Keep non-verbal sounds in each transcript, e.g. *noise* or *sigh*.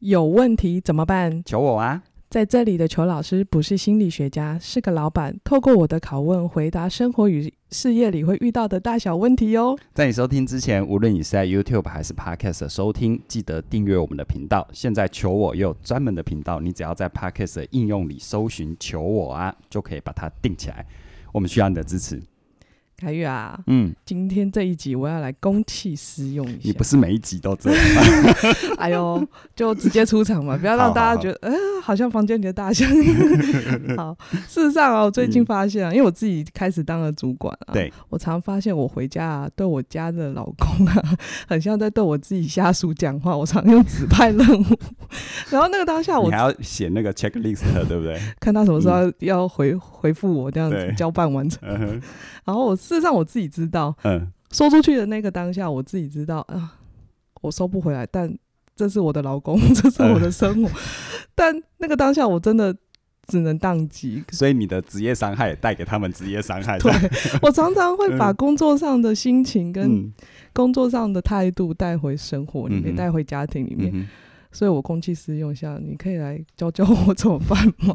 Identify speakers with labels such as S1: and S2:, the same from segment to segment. S1: 有问题怎么办？
S2: 求我啊！
S1: 在这里的裘老师不是心理学家，是个老板。透过我的拷问，回答生活与事业里会遇到的大小问题哦哟、
S2: 在你收听之前，无论你是在 YouTube 还是 Podcast 的收听，记得订阅我们的频道。现在求我也有专门的频道，你只要在 Podcast 的应用里搜寻“求我啊”，就可以把它定起来。我们需要你的支持。
S1: 凯宇啊，
S2: 嗯，
S1: 今天这一集我要来公器私用一
S2: 你
S1: 下
S2: 不。是每一集都
S1: *laughs*
S2: 这样。
S1: 哎呦，就直接出 *laughs* 场嘛，不要让大家觉得，呃，好像房间里的 *laughs* 大象。好，事实上啊，我最近发现啊，因为我自己开始当了主管啊，
S2: 对，
S1: 我常发现我回家啊，对我家的老公啊， *laughs* 很像在对我自己下属讲话，我常用指派任务。 *laughs* 然后那个当下我
S2: 你还要写那个 checklist，对
S1: *laughs*
S2: 不对？
S1: 看他什么时候要,、要回回复我这样子
S2: 对
S1: 交办完成。
S2: 嗯哼
S1: 然后我事实上我自己知道，
S2: 嗯，
S1: 说出去的那个当下，我自己知道啊，我收不回来，但这是我的老公， *laughs* 这是我的生
S2: 嗯
S1: 活。但那个当下，我真的只能宕
S2: *laughs*
S1: 机。
S2: 所以你的职业伤害也带给他们职业伤害。
S1: 对，我常常会把工作上的心情跟
S2: 嗯
S1: 工作上的态度带回生活里面，
S2: 嗯哼
S1: 带回家庭里面。
S2: 嗯哼
S1: 所以我公器私用一下，你可以来教教我怎么办
S2: *laughs*
S1: 吗？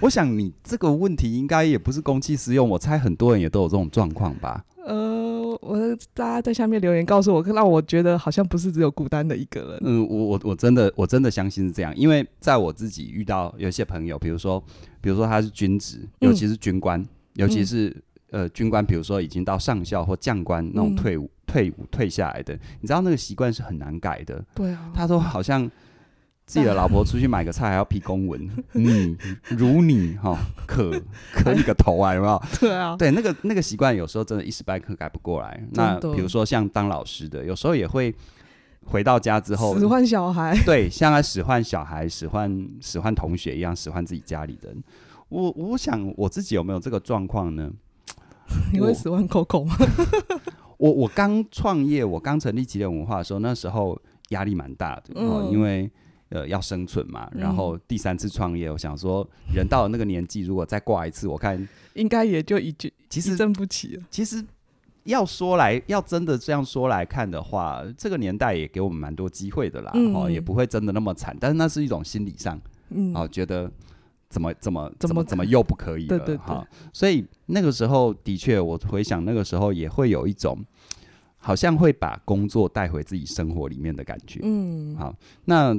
S2: 我想你这个问题应该也不是公器私用，我猜很多人也都有这种状况吧。
S1: 呃，我大家在下面留言告诉我，让我觉得好像不是只有孤单的一个人。
S2: 嗯，我我我真的我真的相信是这样，因为在我自己遇到有些朋友，比如说比如说他是军职，
S1: 嗯
S2: 尤其是军官，尤其是呃军官，比如说已经到上校或将官那种
S1: 嗯
S2: 退伍、退伍退下来的，你知道那个习惯是很难改的，
S1: 对啊，
S2: 他都好像。自己的老婆出去买个菜还要批公文， *laughs* 你如你哈、可可你个头啊，有没有？ *laughs*
S1: 对啊，
S2: 对，那个那个习惯有时候真的一时半刻改不过来。那
S1: 真的
S2: 比如说像当老师的，有时候也会回到家之后，
S1: 使唤小孩。
S2: 对，像在使唤小孩、使唤使唤同学一样，使唤自己家里人。我我想我自己有没有这个状况呢？
S1: 你会
S2: 我
S1: 使唤狗狗吗？
S2: 我我刚创业，我刚成立起点文化的时候，那时候压力蛮大的、哦，
S1: 嗯
S2: 因为呃要生存嘛。然后第三次创业，我想说，人到了那个年纪，如果再挂一次，我看
S1: 应该也就一句
S2: 其
S1: 一
S2: 实
S1: 阵不起了。
S2: 其实要说来，要真的这样说来看的话，这个年代也给我们蛮多机会的啦，
S1: 嗯
S2: 哦，也不会真的那么惨，但是那是一种心理上
S1: 嗯，
S2: 哦，觉得怎么怎么
S1: 怎
S2: 怎
S1: 么
S2: 么怎么又不可以
S1: 对
S2: 了，
S1: 对对
S2: 哈、所以那个时候的确，我回想那个时候也会有一种好像会把工作带回自己生活里面的感觉，
S1: 嗯，
S2: 好那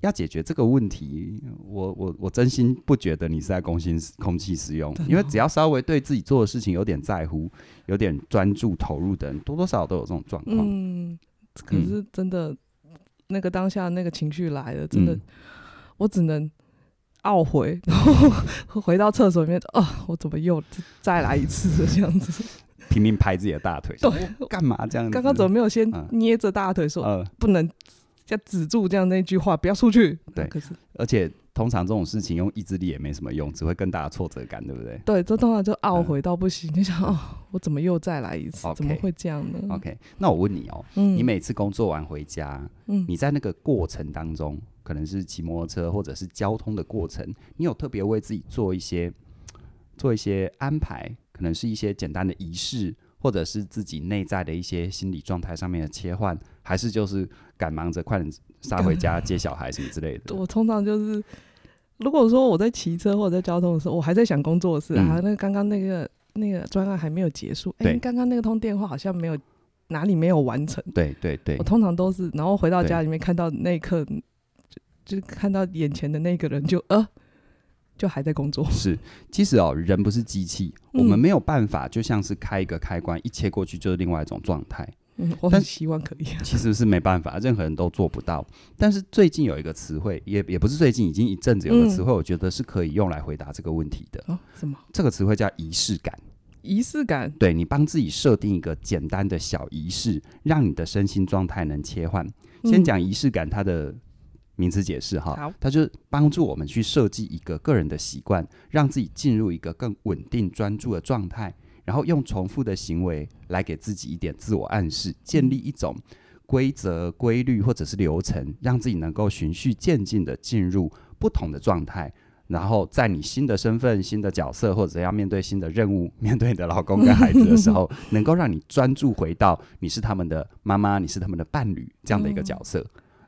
S2: 要解决这个问题，我我我真心不觉得你是在空心空气使用
S1: 真，的
S2: 因为
S1: 哦
S2: 只要稍微对自己做的事情有点在乎、有点专注投入的人，多多少少都有这种状况。
S1: 嗯，可是真的，那个当下那个情绪来了，真的，
S2: 嗯
S1: 我只能懊悔， *laughs* 然后回到厕所里面，啊，我怎么又再来一次这样
S2: *laughs*
S1: 子？
S2: 拼命拍自己的大腿，
S1: 对
S2: 想说干嘛这样子？
S1: 刚刚怎么没有先
S2: 嗯
S1: 捏着大腿说
S2: 呃，
S1: 不能？要止住这样那句话，不要出去。
S2: 对
S1: 可是
S2: 而且通常这种事情用意志力也没什么用，只会更大的挫折感，对不对？
S1: 对，这通常就懊悔到不行，就想哦，我怎么又再来一次？
S2: 嗯 OK
S1: 怎么会这样呢？
S2: OK，那我问你哦，
S1: 嗯，
S2: 你每次工作完回家，
S1: 嗯
S2: 你在那个过程当中，可能是骑摩托车或者是交通的过程，你有特别为自己做一些做一些安排，可能是一些简单的仪式，或者是自己内在的一些心理状态上面的切换，还是就是赶忙着快点杀回家接小孩什么之类的。
S1: 我通常就是，如果说我在骑车或者在交通的时候，我还在想工作的事、
S2: 嗯
S1: 啊，那刚刚那个那个专案还没有结束，哎、
S2: 对
S1: 刚刚那个通电话好像没有哪里没有完成。
S2: 对对对
S1: 我，通常都是，然后回到
S2: 对
S1: 家里面看到那一刻，就就看到眼前的那个人就呃，就还在工作。
S2: 是。其实哦，人不是机器，
S1: 嗯
S2: 我们没有办法，就像是开一个开关，一切过去就是另外一种状态。
S1: 嗯，我很
S2: 但
S1: 希望可以。
S2: 其实是没办法，任何人都做不到。但是最近有一个词汇，也也不是最近，已经一阵子有个词汇，我觉得是可以用来回答这个问题的。
S1: 哦，什么
S2: 这个词汇叫仪式感，
S1: 仪式感？
S2: 对你帮自己设定一个简单的小仪式，让你的身心状态能切换。先
S1: 嗯，
S2: 讲仪式感它的名词解释哈
S1: 好，
S2: 它就是帮助我们去设计一个个人的习惯，让自己进入一个更稳定专注的状态，然后用重复的行为来给自己一点自我暗示，建立一种规则、规律或者是流程，让自己能够循序渐进的进入不同的状态。然后，在你新的身份、新的角色，或者要面对新的任务、面对你的老公跟孩子的时候，能够让你专注回到你是他们的妈妈，你是他们的伴侣这样的一个角色。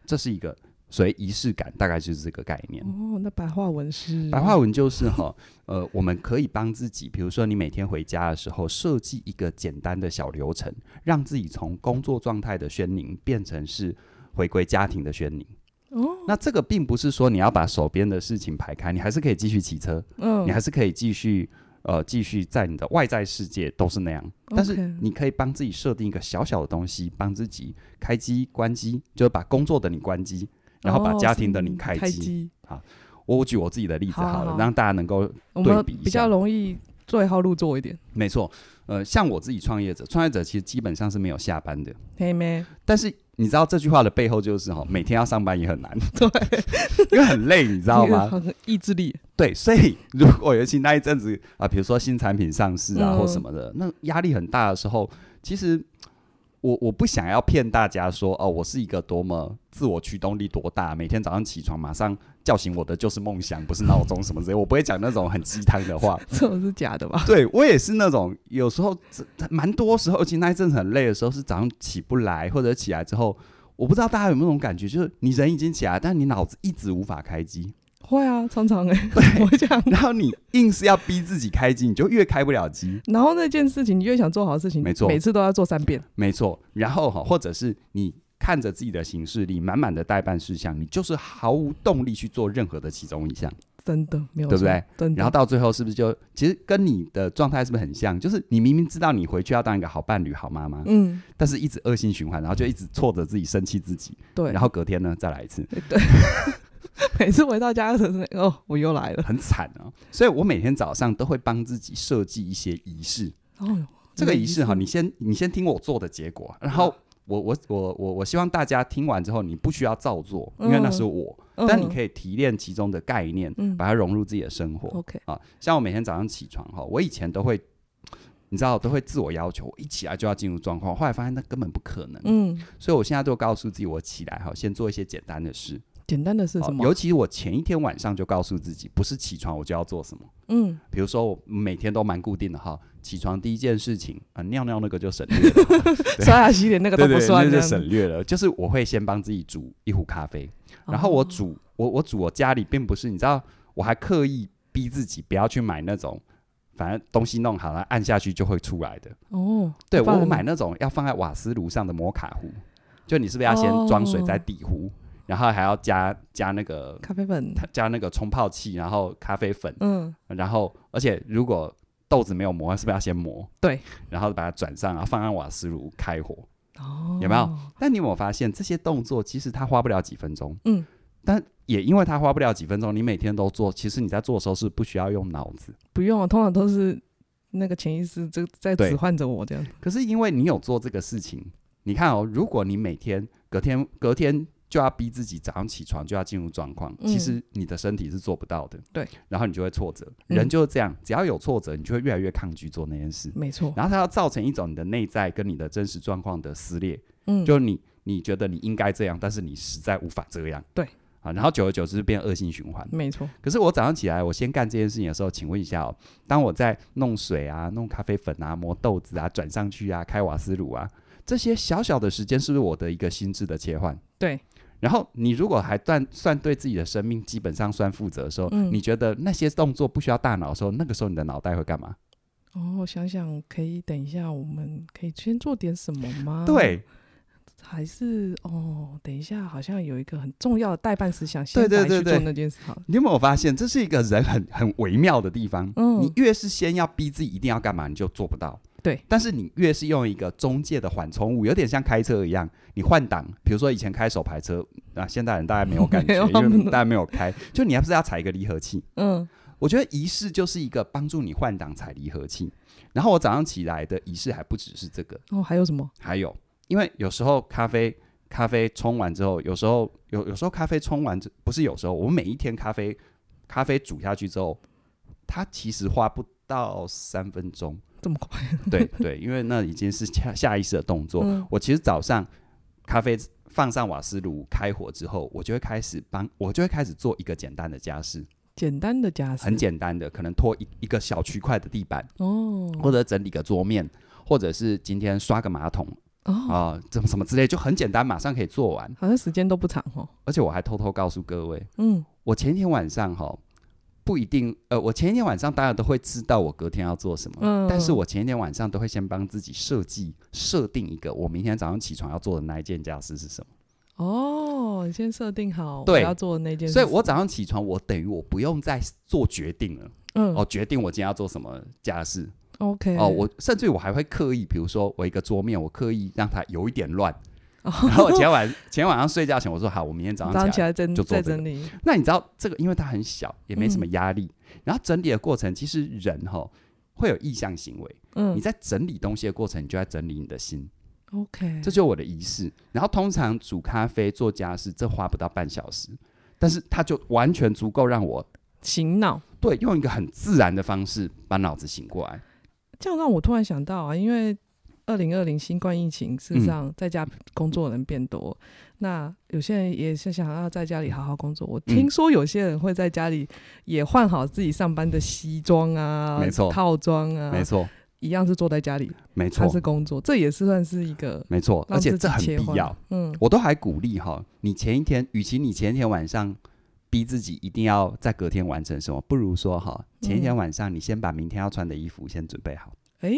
S2: 这是一个所以仪式感大概就是这个概念。
S1: 哦，那白话文是
S2: 白话文就是哈，呃，我们可以帮自己，比如说你每天回家的时候，设计一个简单的小流程，让自己从工作状态的宣宁变成是回归家庭的宣宁。
S1: 哦，
S2: 那这个并不是说你要把手边的事情排开，你还是可以继续骑车，
S1: 嗯，
S2: 你还是可以继续呃继续在你的外在世界都是那样，但是
S1: OK
S2: 你可以帮自己设定一个小小的东西，帮自己开机关机，就是把工作的你关机，然后把
S1: 哦
S2: 家庭的
S1: 是
S2: 你开
S1: 开
S2: 机。我举我自己的例子
S1: 好
S2: 好了，
S1: 好
S2: 让大家能够
S1: 我
S2: 对
S1: 们
S2: 比一
S1: 比
S2: 下
S1: 较容易对号入座一点。
S2: 没错，呃，像我自己创业者，创业者其实基本上是没有下班的，
S1: 嘿妹，
S2: 但是你知道这句话的背后就是哈，每天要上班也很难，
S1: 对，
S2: 因为很累，你知
S1: 知
S2: 道吗？
S1: 很意志力， *laughs*
S2: 对，所以如果尤其那一阵子啊，比如说新产品上市啊、
S1: 嗯
S2: 或什么的，那压力很大的时候，其实我我不想要骗大家说哦，我是一个多么自我驱动力多大，每天早上起床马上叫醒我的就是梦想，不是闹钟什么之类，我不会讲那种很鸡汤的话。
S1: 这种是假的吧？
S2: *laughs* 对我也是那种，有时候这蛮多时候，尤其那一阵子很累的时候，是早上起不来，或者起来之后，我不知道大家有没有那种感觉，就是你人已经起来，但你脑子一直无法开机，
S1: 会啊，常常哎、
S2: 对
S1: 我会这样。
S2: 然后你硬是要逼自己开机，你就越开不了机。
S1: 然后那件事情，你越想做好的事情，
S2: 没错
S1: 每次都要做三遍。
S2: 没错，然后哈，或者是你看着自己的行事历满满的待办事项，你就是毫无动力去做任何的其中一项，
S1: 真的没有
S2: 对不
S1: 错
S2: 对？
S1: 真的。
S2: 然后到最后是不是就其实跟你的状态是不是很像？就是你明明知道你回去要当一个好伴侣、好妈妈，
S1: 嗯，
S2: 但是一直恶性循环，然后就一直挫折自己、生气自己，
S1: 对。 *laughs*
S2: 然后隔天呢再来一次，
S1: 每次回到家的时候，哦，我又来了。
S2: 很惨啊！所以我每天早上都会帮自己设计一些仪式。
S1: 哦，
S2: 这个仪式哈，
S1: 嗯
S2: 你先你先听我做的结果，然后我我我我我希望大家听完之后，你不需要照做，因为那是我，
S1: 嗯
S2: 但你可以提炼其中的概念，
S1: 嗯
S2: 把它融入自己的生活。
S1: OK，
S2: 啊，像我每天早上起床哈，我以前都会，你知道都会自我要求，我一起来就要进入状况。后来发现那根本不可能，
S1: 嗯，
S2: 所以我现在都告诉自己，我起来哈，先做一些简单的事。
S1: 简单的是什
S2: 哦
S1: 么？
S2: 尤其我前一天晚上就告诉自己，不是起床我就要做什么。
S1: 嗯，
S2: 比如说我每天都蛮固定的哈，起床第一件事情啊、尿尿那个就省
S1: *laughs*
S2: 略了，对
S1: 刷牙洗脸那个都
S2: 对
S1: 不
S2: 对，
S1: 算，啊
S2: 那就
S1: 这样
S2: 省略了。就是我会先帮自己煮一壶咖啡，然后
S1: 哦
S2: 我煮我我煮我家里并不是你知道，我还刻意逼自己不要去买那种。反正东西弄好了，按下去就会出来的。
S1: 哦，
S2: 对
S1: 放
S2: 我，我
S1: 了
S2: 买那种要放在瓦斯炉上的摩卡壶，就你是不是要先
S1: 哦
S2: 装水在底壶，然后还要加加那个
S1: 咖啡粉，
S2: 加那个冲泡器，然后咖啡粉，
S1: 嗯，
S2: 然后而且如果豆子没有磨，是不是要先磨？
S1: 对，
S2: 然后把它转上，然后放在瓦斯炉开火。
S1: 哦，
S2: 有没有？但你有没有发现这些动作其实它花不了几分钟？
S1: 嗯，
S2: 但也因为它花不了几分钟，你每天都做，其实你在做的时候是不需要用脑子。
S1: 不用，啊通常都是那个潜意识就在
S2: 对
S1: 指唤着我这样。
S2: 可是因为你有做这个事情，你看哦，如果你每天隔天隔天就要逼自己早上起床就要进入状况，
S1: 嗯
S2: 其实你的身体是做不到的。
S1: 对，
S2: 然后你就会挫折。
S1: 嗯
S2: 人就是这样，只要有挫折，你就会越来越抗拒做那件事。
S1: 没错，
S2: 然后它要造成一种你的内在跟你的真实状况的撕裂，
S1: 嗯，
S2: 就是你你觉得你应该这样，但是你实在无法这样。
S1: 对
S2: 啊，然后久而久之变恶性循环。
S1: 没错，
S2: 可是我早上起来，我先干这件事情的时候，请问一下哦，当我在弄水啊、弄咖啡粉啊、磨豆子啊、转上去啊、开瓦斯炉啊，这些小小的时间，是不是我的一个心智的切换？
S1: 对。
S2: 然后你如果还算算对自己的生命基本上算负责的时候，
S1: 嗯
S2: 你觉得那些动作不需要大脑的时候，那个时候你的脑袋会干嘛？
S1: 哦，我想想，可以等一下，我们可以先做点什么吗？，
S2: 对，
S1: 还是哦，等一下，好像有一个很重要的代办事项，
S2: 对
S1: 先
S2: 对
S1: 来
S2: 对
S1: 去
S2: 对
S1: 做那件事好了。
S2: 你有没有发现，这是一个人很很微妙的地方？
S1: 嗯
S2: 你越是先要逼自己一定要干嘛，你就做不到。
S1: 对，
S2: 但是你越是用一个中介的缓冲物，有点像开车一样，你换挡，比如说以前开手排车，啊，现代人大概没有感觉，
S1: *laughs* 没有
S2: 因为大家没有开，就你要不是要踩一个离合器，
S1: 嗯，
S2: 我觉得仪式就是一个帮助你换挡踩离合器。然后我早上起来的仪式还不只是这个，
S1: 哦，还有什么？
S2: 还有，因为有时候咖啡咖啡冲完之后，有时候有有时候咖啡冲完之不是有时候，我们每一天咖啡咖啡煮下去之后，它其实花不到三分钟。
S1: 这么快？
S2: 对对，因为那已经是下下意识的动作。
S1: 嗯
S2: 我其实早上咖啡放上瓦斯炉开火之后，我就会开始帮我就会开始做一个简单的家事，
S1: 简单的假设，
S2: 很简单的，可能拖一一个小区块的地板，
S1: 哦，
S2: 或者整理个桌面，或者是今天刷个马桶，
S1: 哦，
S2: 啊、怎么什么之类，就很简单，马上可以做完。
S1: 好像时间都不长哦。
S2: 而且我还偷偷告诉各位，
S1: 嗯，
S2: 我前一天晚上哈不一定，呃，我前一天晚上当然都会知道我隔天要做什么，
S1: 嗯
S2: 但是我前一天晚上都会先帮自己设计设定一个我明天早上起床要做的那一件家事是什么，
S1: 哦，你先设定好我
S2: 对
S1: 要做的那件事，
S2: 所以我早上起床，我等于我不用再做决定了，
S1: 嗯
S2: 哦，决定我今天要做什么家事，
S1: ，OK，
S2: 哦，我 *laughs* 甚至于我还会刻意，比如说我一个桌面，我刻意让它有一点乱，
S1: 哦
S2: *laughs* 然后我前晚前晚上睡觉前我说好，我明天早
S1: 早
S2: 上
S1: 上
S2: 起
S1: 起
S2: 来。
S1: 来整
S2: 就做
S1: 再
S2: 这个
S1: 整理，
S2: 那你知道这个，因为它很小，也没什么
S1: 嗯
S2: 压力。然后整理的过程，其实人哈会有意向行为，你
S1: 嗯
S2: 在整理东西的过程，你就在整理你的心，
S1: ，OK，
S2: 这就是我的仪式。然后通常煮咖啡、做家事，这花不到半小时，但是它就完全足够让我
S1: 醒脑。
S2: 对用一个很自然的方式把脑子醒过来。
S1: 这样让我突然想到啊，因为二零二零新冠疫情，事
S2: 嗯
S1: 实上在家工作的人变多，那有些人也是想要在家里好好工作。
S2: 嗯
S1: 我听说有些人会在家里也换好自己上班的西装啊，
S2: 没错
S1: 套装啊，
S2: 没错，
S1: 一样是坐在家里，
S2: 没
S1: 他
S2: 错
S1: 是，工作，这也是算是一个
S2: 没错，而
S1: 让
S2: 且
S1: 自己
S2: 这很
S1: 切
S2: 必
S1: 换
S2: 要。
S1: 嗯
S2: 我都还鼓励哈，你前一天，与其你前一天晚上逼自己一定要在隔天完成什么，不如说哈，前一天晚上你先把明天要穿的衣服先准备好，
S1: 哎、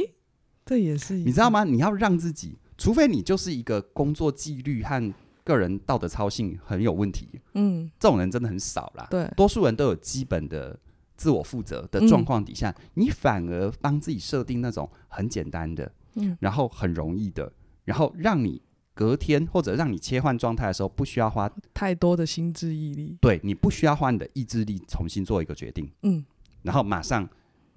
S1: 这也是一
S2: 你知道吗？你要让自己，除非你就是一个工作纪律和个人道德操性很有问题，
S1: 嗯
S2: 这种人真的很少啦。
S1: 对
S2: 多数人都有基本的自我负责的状况底下，你反而帮自己设定那种很简单的，
S1: 嗯
S2: 然后很容易的，然后让你隔天或者让你切换状态的时候，不需要花
S1: 太多的心智毅力，
S2: 对你不需要花你的意志力重新做一个决定，
S1: 嗯
S2: 然后马上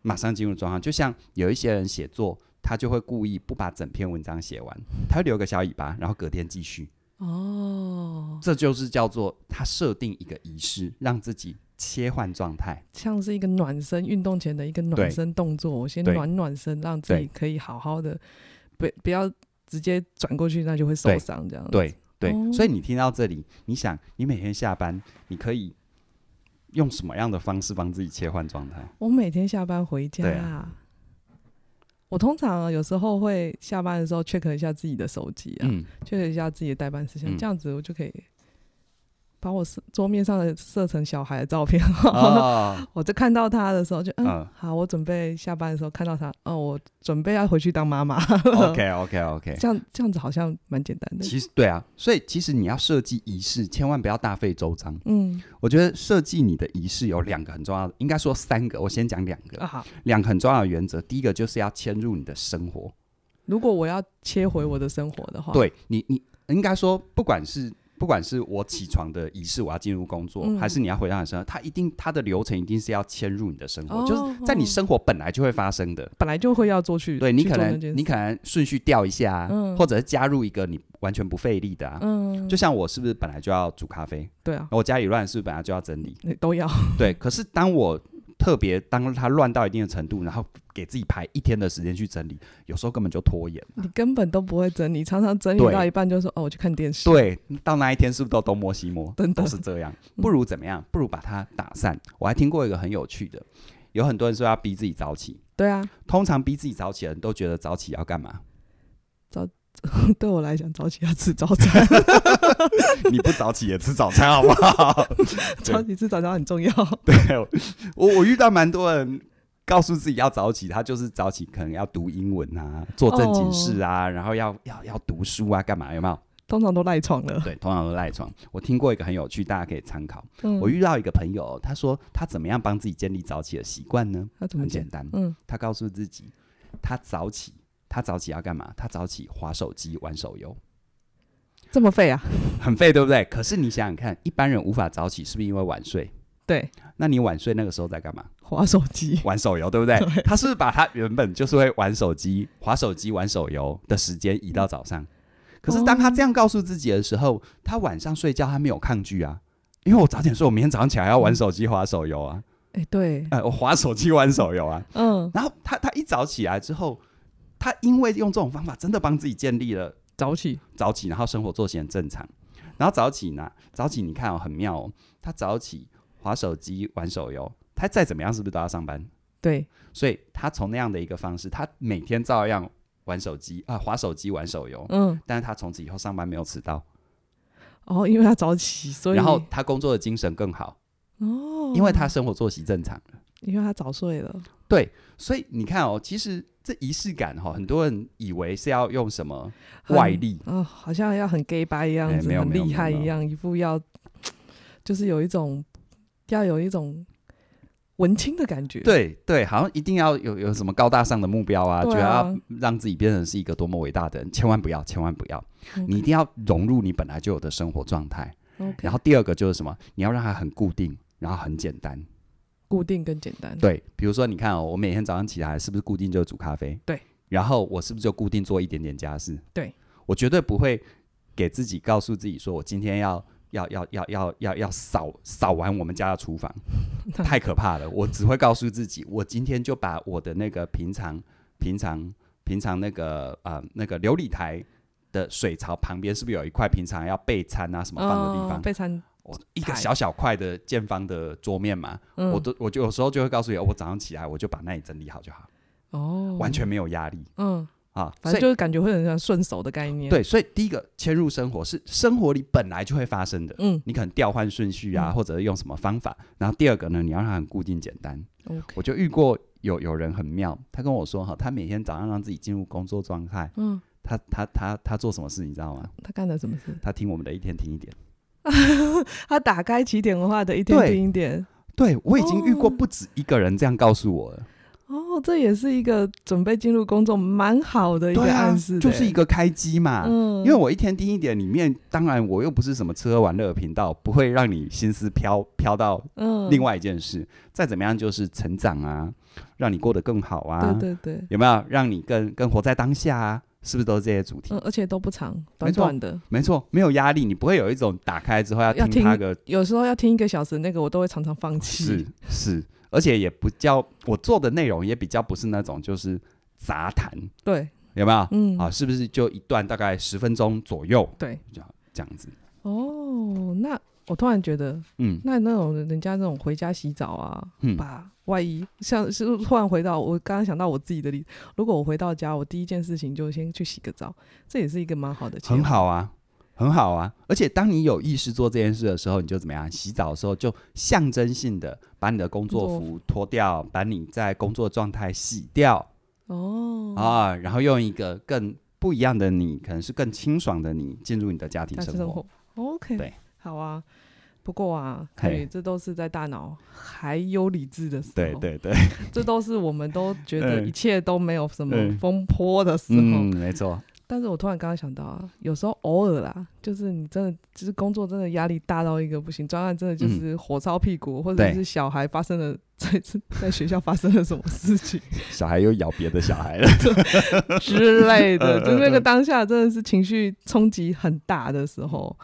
S2: 马上进入状况。就像有一些人写作，他就会故意不把整篇文章写完，他会留个小尾巴，然后隔天继续。
S1: 哦，
S2: 这就是叫做他设定一个仪式，让自己切换状态。
S1: 像是一个暖身运动前的一个
S2: 对
S1: 暖身动作，我先
S2: 对
S1: 暖暖身，让自己
S2: 对
S1: 可以好好的，不不要直接转过去，那就会受
S2: 对
S1: 伤这样。，
S2: 对对，
S1: 哦
S2: 所以你听到这里，你想，你每天下班，你可以用什么样的方式帮自己切换状态？
S1: 我每天下班回家
S2: 对
S1: 啊、我通常啊有时候会下班的时候 check 一下自己的手机啊、
S2: 嗯，
S1: c h e c k 一下自己的代办事项，
S2: 嗯
S1: 这样子我就可以把我设桌面上的设成小孩的照片， *laughs*
S2: 哦，
S1: 我就看到他的时候就嗯
S2: 嗯
S1: 好，我准备下班的时候看到他，哦，我准备要回去当妈妈。
S2: ，OK
S1: *laughs*
S2: OK OK，
S1: 这样这样子好像蛮简单的。
S2: 其实对啊，所以其实你要设计仪式，千万不要大费周章。
S1: 嗯
S2: 我觉得设计你的仪式有两个很重要的，应该说三个，我先讲两个，
S1: 啊好，
S2: 两个很重要的原则。第一个就是要迁入你的生活，
S1: 如果我要切回我的生活的话，，
S2: 对你，你应该说不管是。不管是我起床的仪式，我要进入工作，
S1: 嗯
S2: 还是你要回到你的生活，它一定它的流程一定是要迁入你的生活，
S1: 哦
S2: 就是在你生活本来就会发生的。
S1: 本来就会要做去，
S2: 对你
S1: 去
S2: 可
S1: 做
S2: 能
S1: 那件事
S2: 你可能顺序调一下、啊，
S1: 嗯
S2: 或者是加入一个你完全不费力的啊。
S1: 嗯，
S2: 就像我是不是哦本来就要煮咖啡，
S1: 对啊，
S2: 我家里乱是不是本来就要整理？
S1: 你都
S2: *laughs*
S1: 要，
S2: 对，可是当我特别当它乱到一定的程度，然后给自己排一天的时间去整理，有时候根本就拖延。
S1: 你根本都不会整理，常常整理
S2: 对
S1: 到一半就说哦，我去看电视。，
S2: 对，到那一天是不是都东摸西摸？
S1: 真的嗯
S2: 都是这样。 *laughs* 不如怎么样？不如把它打散。我还听过一个很有趣的，有很多人说要逼自己早起。
S1: 对啊，
S2: 通常逼自己早起的人都觉得早起要干嘛？ *laughs*
S1: 对我来讲，早起要吃早餐，
S2: 你不早起也吃早餐好不好？ *laughs*
S1: *laughs* 早起吃早餐很重要。
S2: 对我，我遇到蛮多人告诉自己要早起，他就是早起可能要读英文啊，做正经事
S1: 哦
S2: 啊，然后要要要读书啊，干嘛有没有？
S1: 通常都赖床了。
S2: 对，通常都赖床。我听过一个很有趣，大家可以参考。
S1: 嗯
S2: 我遇到一个朋友，他说他怎么样帮自己建立早起的习惯呢？
S1: 那怎么
S2: 很
S1: 讲
S2: 简？单，
S1: 嗯，
S2: 他告诉自己，他早起，他早起要干嘛？他早起划手机、玩手游，
S1: 这么废啊？
S2: 很废，对不对？可是你想想看，一般人无法早起，是不是因为晚睡？
S1: 对，
S2: 那你晚睡那个时候在干嘛？
S1: 划手机。
S2: 玩手游，对不对？他是不是把他原本就是会玩手机、划手机、玩手游的时间移到早上？可是当他这样告诉自己的时候，他晚上睡觉他没有抗拒啊，因为我早点睡，我明天早上起来要玩手机、划手游啊，
S1: 哎，对，
S2: 呃，我划手机、玩手游啊。
S1: 嗯，
S2: 然后他他一早起来之后，他因为用这种方法，真的帮自己建立了
S1: 早起，
S2: 早起，然后生活作息很正常。然后早起呢，早起你看哦，很妙哦，他早起划手机、玩手游，他再怎么样是不是都要上班？
S1: 对，
S2: 所以他从那样的一个方式，他每天照样玩手机啊，划手机玩手游，
S1: 嗯，
S2: 但是他从此以后上班没有迟到，
S1: 哦，因为他早起，所以
S2: 然后他工作的精神更好，
S1: 哦，
S2: 因为他生活作息正常。
S1: 因为他早睡了，
S2: 所以你看哦，其实这仪式感哈、哦，很多人以为是要用什么
S1: 很
S2: 外力，
S1: 啊、好像要很 gay 白一样
S2: 哎
S1: 子，
S2: 没有
S1: 很
S2: 没有
S1: 厉害
S2: 没有
S1: 一样，一副要就是有一种要有一种文青的感觉，，
S2: 对对，好像一定要有有什么高大上的目标啊，觉
S1: 对
S2: 得
S1: 啊
S2: 要让自己变成是一个多么伟大的人，千万不要，千万不要，你一定要融入你本来就有的生活状态。
S1: OK，
S2: 然后第二个就是什么，你要让它很固定，然后很简单。
S1: 固定跟简单，，
S2: 对，比如说你看哦，我每天早上起来是不是固定就煮咖啡？
S1: 对。
S2: 然后我是不是就固定做一点点家事？
S1: 对。
S2: 我绝对不会给自己告诉自己说，我今天要要要要要要要扫扫完我们家的厨
S1: *laughs*
S2: 房，太可怕了。我只会告诉自己，我今天就把我的那个平常平常平常那个啊、呃那个琉璃台的水槽旁边是不是有一块平常要备餐啊什么放的地方？
S1: 哦备餐，
S2: 我一个
S1: 台
S2: 小小块的见方的桌面嘛，
S1: 嗯，
S2: 我都我就有时候就会告诉你，哦我早上起来我就把那里整理好就好，
S1: 哦，
S2: 完全没有压力
S1: 嗯，
S2: 啊。
S1: 反
S2: 所
S1: 正
S2: 以
S1: 就是感觉会很像顺手的概念，，
S2: 对，所以第一个切入生活是生活里本来就会发生的，
S1: 嗯
S2: 你可能调换顺序啊，
S1: 嗯
S2: 或者是用什么方法。然后第二个呢，你要让它很固定简单。
S1: ，OK，
S2: 我就遇过有有人很妙，他跟我说哈，他每天早上让自己进入工作状态，
S1: 嗯，
S2: 他他他他做什么事你知道吗？
S1: 他干了什么事？
S2: 他听我们的一天听一点。
S1: 他打开起点文化的一天
S2: 对
S1: 定一点，
S2: 对我已经遇过
S1: 哦
S2: 不止一个人这样告诉我了。
S1: 哦，这也是一个准备进入工作蛮好的一个
S2: 对啊
S1: 暗示，，
S2: 就是一
S1: 个，
S2: 个开机嘛。
S1: 嗯，
S2: 因为我一天听一点里面，当然我又不是什么吃喝玩乐的频道，不会让你心思飘飘到
S1: 嗯，
S2: 另外一件事。再怎么样就是成长啊，让你过得更好啊，
S1: 对对对，
S2: 有没有让你更更活在当下啊？是不是都是这些主题？
S1: 嗯，而且都不长，
S2: 没
S1: 短
S2: 错
S1: 短的。
S2: 没错，没有压力，你不会有一种打开之后要
S1: 要
S2: 听
S1: 听
S2: 它个
S1: 有时候要听一个小时，那个我都会常常放弃。
S2: 是是，而且也不叫我做的内容也比较不是那种就是杂谈，
S1: 对，
S2: 有没有？
S1: 嗯，
S2: 啊，是不是就一段大概十分钟左右
S1: 对。
S2: 这样子？
S1: 哦，那我突然觉得，
S2: 嗯
S1: 那那种人家那种回家洗澡啊，
S2: 嗯
S1: 把外衣，像是突然回到我刚刚想到我自己的例，如果我回到家，我第一件事情就先去洗个澡，这也是一个蛮好的切入，
S2: 很好啊，很好啊。而且当你有意识做这件事的时候，你就怎么样？洗澡的时候就象征性的把你的工作
S1: 工
S2: 服脱掉，把你在工作状态洗掉、
S1: 哦。
S2: 啊，然后用一个更不一样的你，可能是更清爽的你，进入你的家庭
S1: 大
S2: 生
S1: 致
S2: 活。
S1: 生活，OK，
S2: 对，
S1: 好啊。不过啊，
S2: 嘿
S1: 可以，这都是在大脑还有理智的时候，
S2: 对对对，
S1: 这都是我们都觉得
S2: 嗯
S1: 一切都没有什么
S2: 嗯
S1: 风波的时候。
S2: 嗯，没错，
S1: 但是我突然刚刚想到啊，有时候偶尔啦，就是你真的就是工作真的压力大到一个不行，专案真的就是火烧屁股，或者
S2: 嗯对
S1: 是小孩发生了在在学校发生了什么事
S2: *laughs*
S1: 情
S2: 小孩又咬别的小孩了。
S1: 之类的，
S2: 嗯
S1: 就那
S2: 嗯
S1: 个当下真的是情绪冲击很大的时候，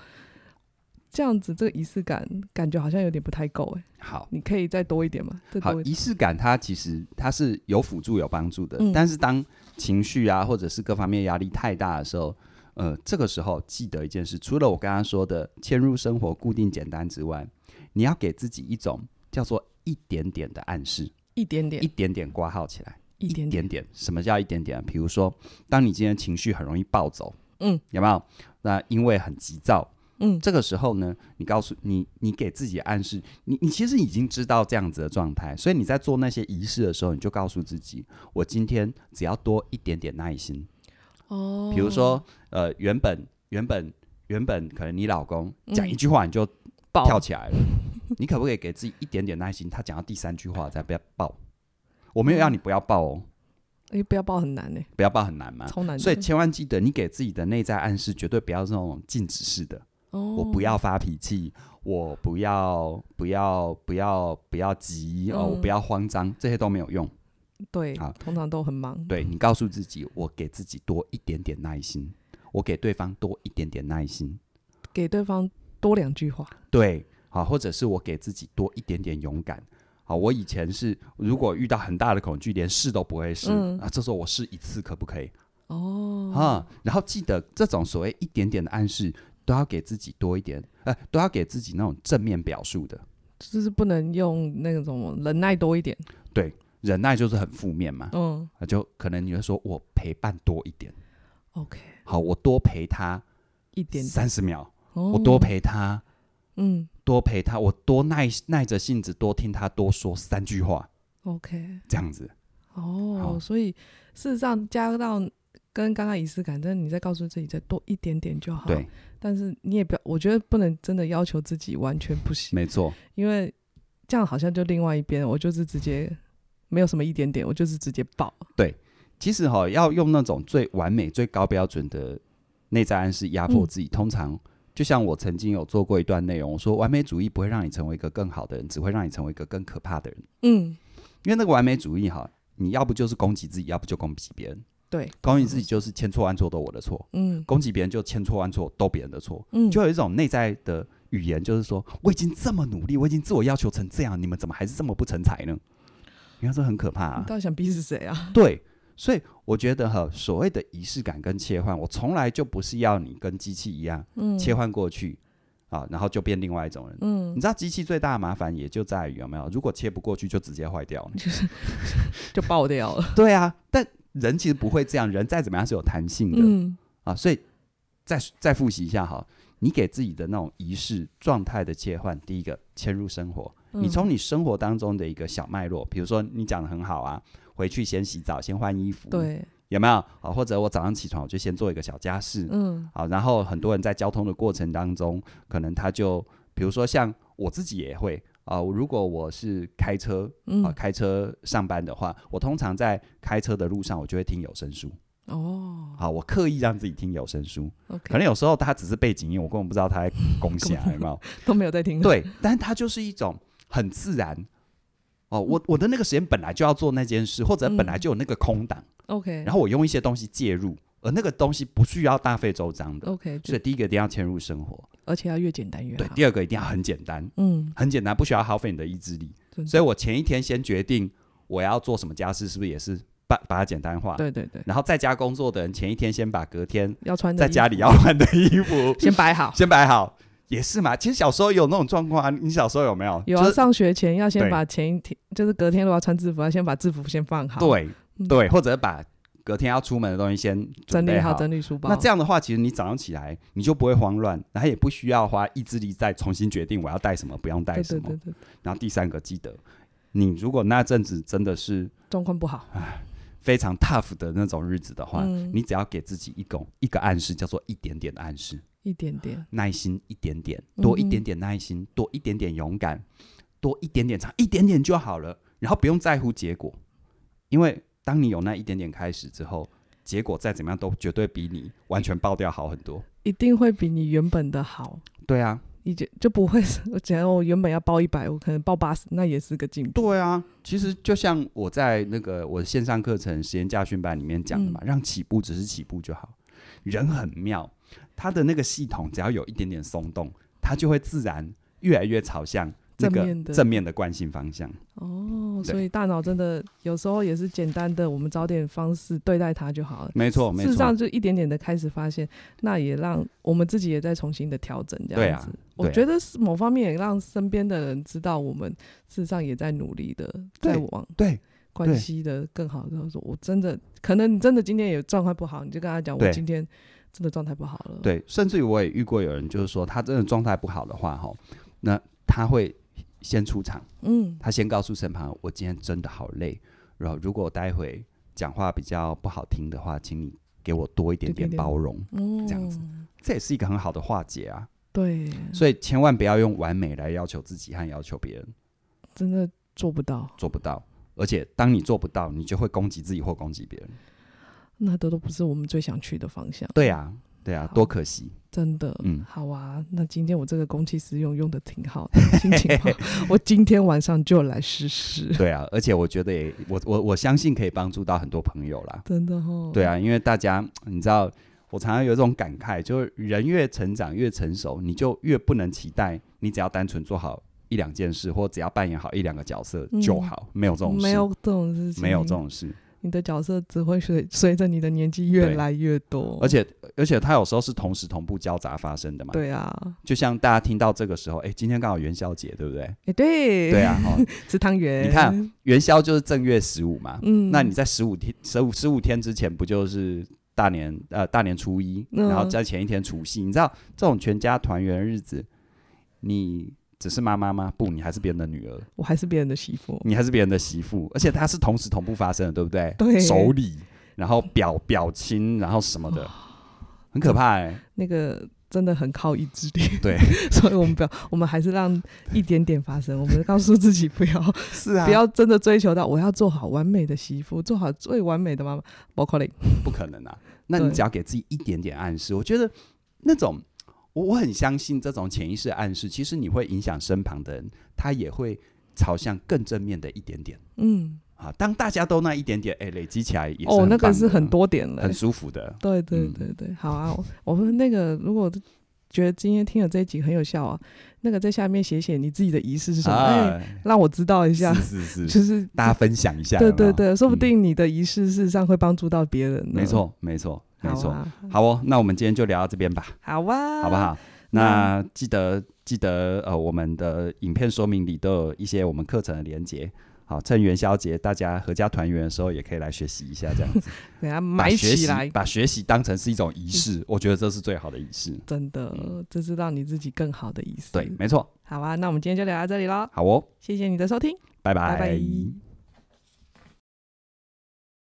S1: 这样子这个仪式感感觉好像有点不太够哎、
S2: 好。
S1: 你可以再多一点吗？再
S2: 好
S1: 多，一点，
S2: 仪式感它其实它是有辅助有帮助的，
S1: 嗯
S2: 但是当情绪啊或者是各方面压力太大的时候，呃，这个时候记得一件事，除了我刚刚说的嵌入生活固定简单之外，你要给自己一种叫做一点点的暗示，
S1: 一点点
S2: 一，点点挂号起来，
S1: 一点
S2: 点点。什么叫一点点？比如说，当你今天情绪很容易暴走，
S1: 嗯，
S2: 有没有？那因为很急躁，
S1: 嗯，
S2: 这个时候呢，你告诉你，你给自己暗示，你你其实已经知道这样子的状态，所以你在做那些仪式的时候，你就告诉自己，我今天只要多一点点耐心。
S1: 哦，
S2: 比如说，呃，原本原本原本可能你老公
S1: 嗯
S2: 讲一句话你就
S1: 爆
S2: 跳起来了， *laughs* 你可不可以给自己一点点耐心？他讲到第三句话再不要爆，
S1: 嗯
S2: 我没有要你不要爆哦，
S1: 哎、不要爆很难哎、
S2: 不要爆很难嘛。
S1: 超难的，
S2: 啊所以千万记得，你给自己的内在暗示绝对不要是那种禁止式的。
S1: 哦
S2: 我不要发脾气，我不要不要不要不要急、哦，我
S1: 嗯
S2: 不要慌张，这些都没有用。
S1: 对
S2: 好，
S1: 通常都很忙。
S2: 啊对你告诉自己，我给自己多一点点耐心，我给对方多一点点耐心，
S1: 给对方多两句话。
S2: 对，好，或者是我给自己多一点点勇敢。好，我以前是如果遇到很大的恐惧，连试都不会试、
S1: 嗯
S2: 啊，这时候我试一次可不可以？
S1: 哦，
S2: 啊，然后记得这种所谓一点点的暗示，都要给自己多一点，呃，都要给自己那种正面表述的。
S1: 就是不能用那种忍耐多一点。
S2: 忍耐就是很负面嘛，
S1: 嗯
S2: 那就可能你会说我陪伴多一点，
S1: ，OK，
S2: 好，我多陪他
S1: 一点点，
S2: 三十秒，
S1: 我
S2: 我多，陪他，
S1: 嗯
S2: 多陪他，我多耐耐着性子多听他多说三句话，
S1: ，OK，
S2: 这样子，
S1: 哦
S2: 好，
S1: 所以事实上加到跟刚刚仪式感，但是你再告诉自己再多一点点就好。
S2: 对，，
S1: 但是你也不要，我觉得不能真的要求自己完全不行，
S2: 没错，
S1: 因为这样好像就另外一边，我就是直接没有什么一点点，我就是直接爆。
S2: 其实哈、要用那种最完美、最高标准的内在暗示压
S1: 嗯
S2: 迫自己，通常就像我曾经有做过一段内容，我说完美主义不会让你成为一个更好的人，只会让你成为一个更可怕的人。
S1: 嗯，
S2: 因为那个完美主义哈，你要不就是攻击自己，要不就攻击别人。
S1: 对，
S2: 攻击自己就是千错万错都我的错，
S1: 嗯
S2: 攻击别人就千错万错都别人的错，
S1: 嗯，
S2: 就有一种内在的语言，就是说我已经这么努力，我已经自我要求成这样，你们怎么还是这么不成才呢？你看这很可怕、啊
S1: 你。到底想逼死谁啊？
S2: 对，所以我觉得哈，所谓的仪式感跟切换，我从来就不是要你跟机器一样
S1: 嗯，
S2: 切换过去、啊，然后就变另外一种人。
S1: 嗯
S2: 你，知道机器最大的麻烦也就在于有没有，如果切不过去就直接
S1: *laughs*
S2: 坏掉了。
S1: 就爆掉了。
S2: 对啊，但人其实不会这样，人再怎么样是有弹性的、
S1: 嗯
S2: 啊，所以再再复习一下哈。你给自己的那种仪式状态的切换，第一个迁入生活，
S1: 嗯
S2: 你从你生活当中的一个小脉络，比如说你讲的很好啊，回去先洗澡，先换衣服，，
S1: 嗯对，
S2: 有没有啊？或者我早上起床，我就先做一个小家事，
S1: 嗯
S2: 好、然后很多人在交通的过程当中，可能他就，比如说像我自己也会啊、我如果我是开车啊、
S1: 嗯，
S2: 开车上班的话，我通常在开车的路上，我就会听有声书，
S1: 哦
S2: 好、我刻意让自己听有声书，可
S1: ，OK，
S2: 能有时候它只是背景音，我根本不知道它在攻下，有没有？
S1: 都没有在听。，
S2: 对，但它就是一种很自然。哦，我我的那个时间本来就要做那件事，或者本来就有那个空档，
S1: ，OK，
S2: 然后我用一些东西介入，而那个东西不需要大费周章的。
S1: OK，
S2: 所
S1: 就
S2: 以第一个一定要迁入生活，
S1: 而且要越简单越
S2: 对
S1: 好。；
S2: 第二个一定要很简单，
S1: 嗯，
S2: 很简单，不需要耗费你的意志力。
S1: 真的
S2: 所以我前一天先决定我要做什么家事，是不是也是把把它简单化？
S1: 对对对，
S2: 然后在家工作的人前一天先把隔天
S1: 要穿的
S2: 在
S1: 衣
S2: 家
S1: 服
S2: 里要换的衣服
S1: 先摆好。
S2: *laughs* 先摆好，也是嘛。其实小时候有那种状况啊，你小时候有没有？
S1: 有
S2: 就
S1: 啊，
S2: 是
S1: 上学前要先
S2: 对
S1: 把前一天，就是隔天如果要穿制服，要先把制服先放好，，
S2: 对
S1: 嗯
S2: 对，或者把隔天要出门的东西先准
S1: 整理
S2: 备
S1: 好整理书包。
S2: 那这样的话，其实你早上起来你就不会慌乱，然后也不需要花意志力再重新决定我要带什么，不用带
S1: 对
S2: 什
S1: 对
S2: 么。
S1: 对对，对
S2: 然后第三个，记得你如果那阵子真的是
S1: 状况不好，
S2: 啊非常 tough 的那种日子的话，
S1: 嗯
S2: 你只要给自己一种一个暗示，叫做一点点的暗示，
S1: 一点点，
S2: 耐心一点点，
S1: 嗯哼
S2: 多一点点耐心，多一点点勇敢，多一点点长，一点点就好了。然后不用在乎结果，因为当你有那一点点开始之后，结果再怎么样都绝对比你完全爆掉好很多。
S1: 一定会比你原本的好。
S2: 对啊，
S1: 你就就不会是，我假如我原本要报一百，我可能报八十，那也是个进步。
S2: 对啊，其实就像我在那个我线上课程实验驾训班里面讲
S1: 嗯
S2: 的嘛，让起步只是起步就好。人很妙，他的那个系统只要有一点点松动，他就会自然越来越朝向那
S1: 正
S2: 个
S1: 面的
S2: 正面的惯性方向。
S1: 哦，
S2: 对
S1: 所以大脑真的有时候也是简单的，我们找点方式对待它就好了。
S2: 没错，没
S1: 事实上，
S2: 错，
S1: 就一点点的开始发现，那也让我们自己也在重新的调整，这
S2: 对
S1: 样
S2: 啊
S1: 子。
S2: 对啊
S1: 我觉得是某方面也让身边的人知道，我们事实上也在努力的，
S2: 对
S1: 在往
S2: 对
S1: 关系的更好。然后说，我真的可能你真的今天也状态不好，你就跟他讲，我
S2: 对
S1: 今天真的状态不好了。，
S2: 对，甚至于我也遇过有人就是说，他真的状态不好的话，哈，那他会先出场，
S1: 嗯，
S2: 他先告诉身旁，我今天真的好累，然后如果我待会讲话比较不好听的话，请你给我多一点
S1: 对对
S2: 点
S1: 对
S2: 包容。
S1: 哦，
S2: 这样子，这也是一个很好的化解啊。
S1: 对，
S2: 所以千万不要用完美来要求自己和要求别人，
S1: 真的做不到，
S2: 做不到。而且当你做不到，你就会攻击自己或攻击别人。
S1: 那都都不是我们最想去的方向。
S2: 对啊，对啊
S1: 好，
S2: 多可惜。
S1: 真的，
S2: 嗯
S1: 好啊。那今天我这个公器私用用的挺好的， *laughs* 心情
S2: *laughs*
S1: 好，我今天晚上就来试 *laughs* 试。
S2: 对啊，而且我觉得也，我我我相信可以帮助到很多朋友啦。
S1: 真的哦，
S2: 对啊，因为大家你知道，我常常有一种感慨，就是人越成长越成熟，你就越不能期待你只要单纯做好一两件事，或只要扮演好一两个角色就
S1: 嗯
S2: 好，没有这种事，
S1: 没有这种事情，
S2: 没有这种事。
S1: 你的角色只会随随着你的年纪越
S2: 对
S1: 来越多，
S2: 而且而且它有时候是同时同步交杂发生的嘛。，
S1: 对啊，
S2: 就像大家听到这个时候，哎，今天刚好元宵节，对不
S1: *laughs*
S2: 对？
S1: 哎、对，
S2: 对，啊，哈、
S1: 吃汤圆，
S2: 你看，元宵就是正月十五嘛，
S1: 嗯，
S2: 那你在十五天、十五十五天之前，不就是大年呃大年初一，
S1: 嗯
S2: 然后在前一天除夕？你知道这种全家团圆的日子，你只是妈妈吗？不，你还是别人的女儿，
S1: 我还是别人的媳妇，
S2: 你还是别人的媳妇，而且它是同时同步发生的，对不对？
S1: 对
S2: 手礼，然后表表亲，然后什么的，很可怕哎、
S1: 那个真的很靠意志力， *laughs*
S2: 对，
S1: 所以我们不要，我们还是让一点点发生，我们告诉自己不
S2: *laughs*
S1: 要
S2: 是啊
S1: 不要真的追求到我要做好完美的媳妇，做好最完美的妈妈，包括你，
S2: 不可能啊！那你
S1: 对
S2: 只要给自己一点点暗示，我觉得那种我我很相信这种潜意识的暗示，其实你会影响身旁的人，他也会朝向更正面的一点点
S1: 嗯，
S2: 啊。当大家都那一点点，哎、累积起来也是
S1: 哦，那
S2: 棒
S1: 个是
S2: 的
S1: 很多点了
S2: 很，舒服的。
S1: 对对
S2: 嗯
S1: 对对，好啊，我我们那个如果觉得今天听了这一集很有效啊，那个在下面写写你自己的仪式是什么，哎、
S2: 啊，
S1: 让我知道一下，
S2: 是是是，
S1: *laughs* 就是
S2: 大家分享一下。
S1: 对
S2: 有没有
S1: 对，对，说不
S2: 嗯
S1: 定你的仪式事实上会帮助到别人呢。
S2: 没，错没错没
S1: 好
S2: 错。
S1: 啊，
S2: 好哦，那我们今天就聊到这边吧，
S1: 好啊，
S2: 好不？好？那记得记得呃，我们的影片说明里都有一些我们课程的连接。好，趁元宵节大家合家团圆的时候，也可以来学习一下，这样子
S1: 给它
S2: 把
S1: *laughs* 埋
S2: 学习
S1: 起来，
S2: 把学习当成是一种仪式，我觉得这是最好的仪式。
S1: 真的，这是让你自己更好的意思。
S2: 嗯对，没错。
S1: 好啊，那我们今天就聊到这里喽，
S2: 好哦，
S1: 谢谢你的收听，拜
S2: 拜
S1: 拜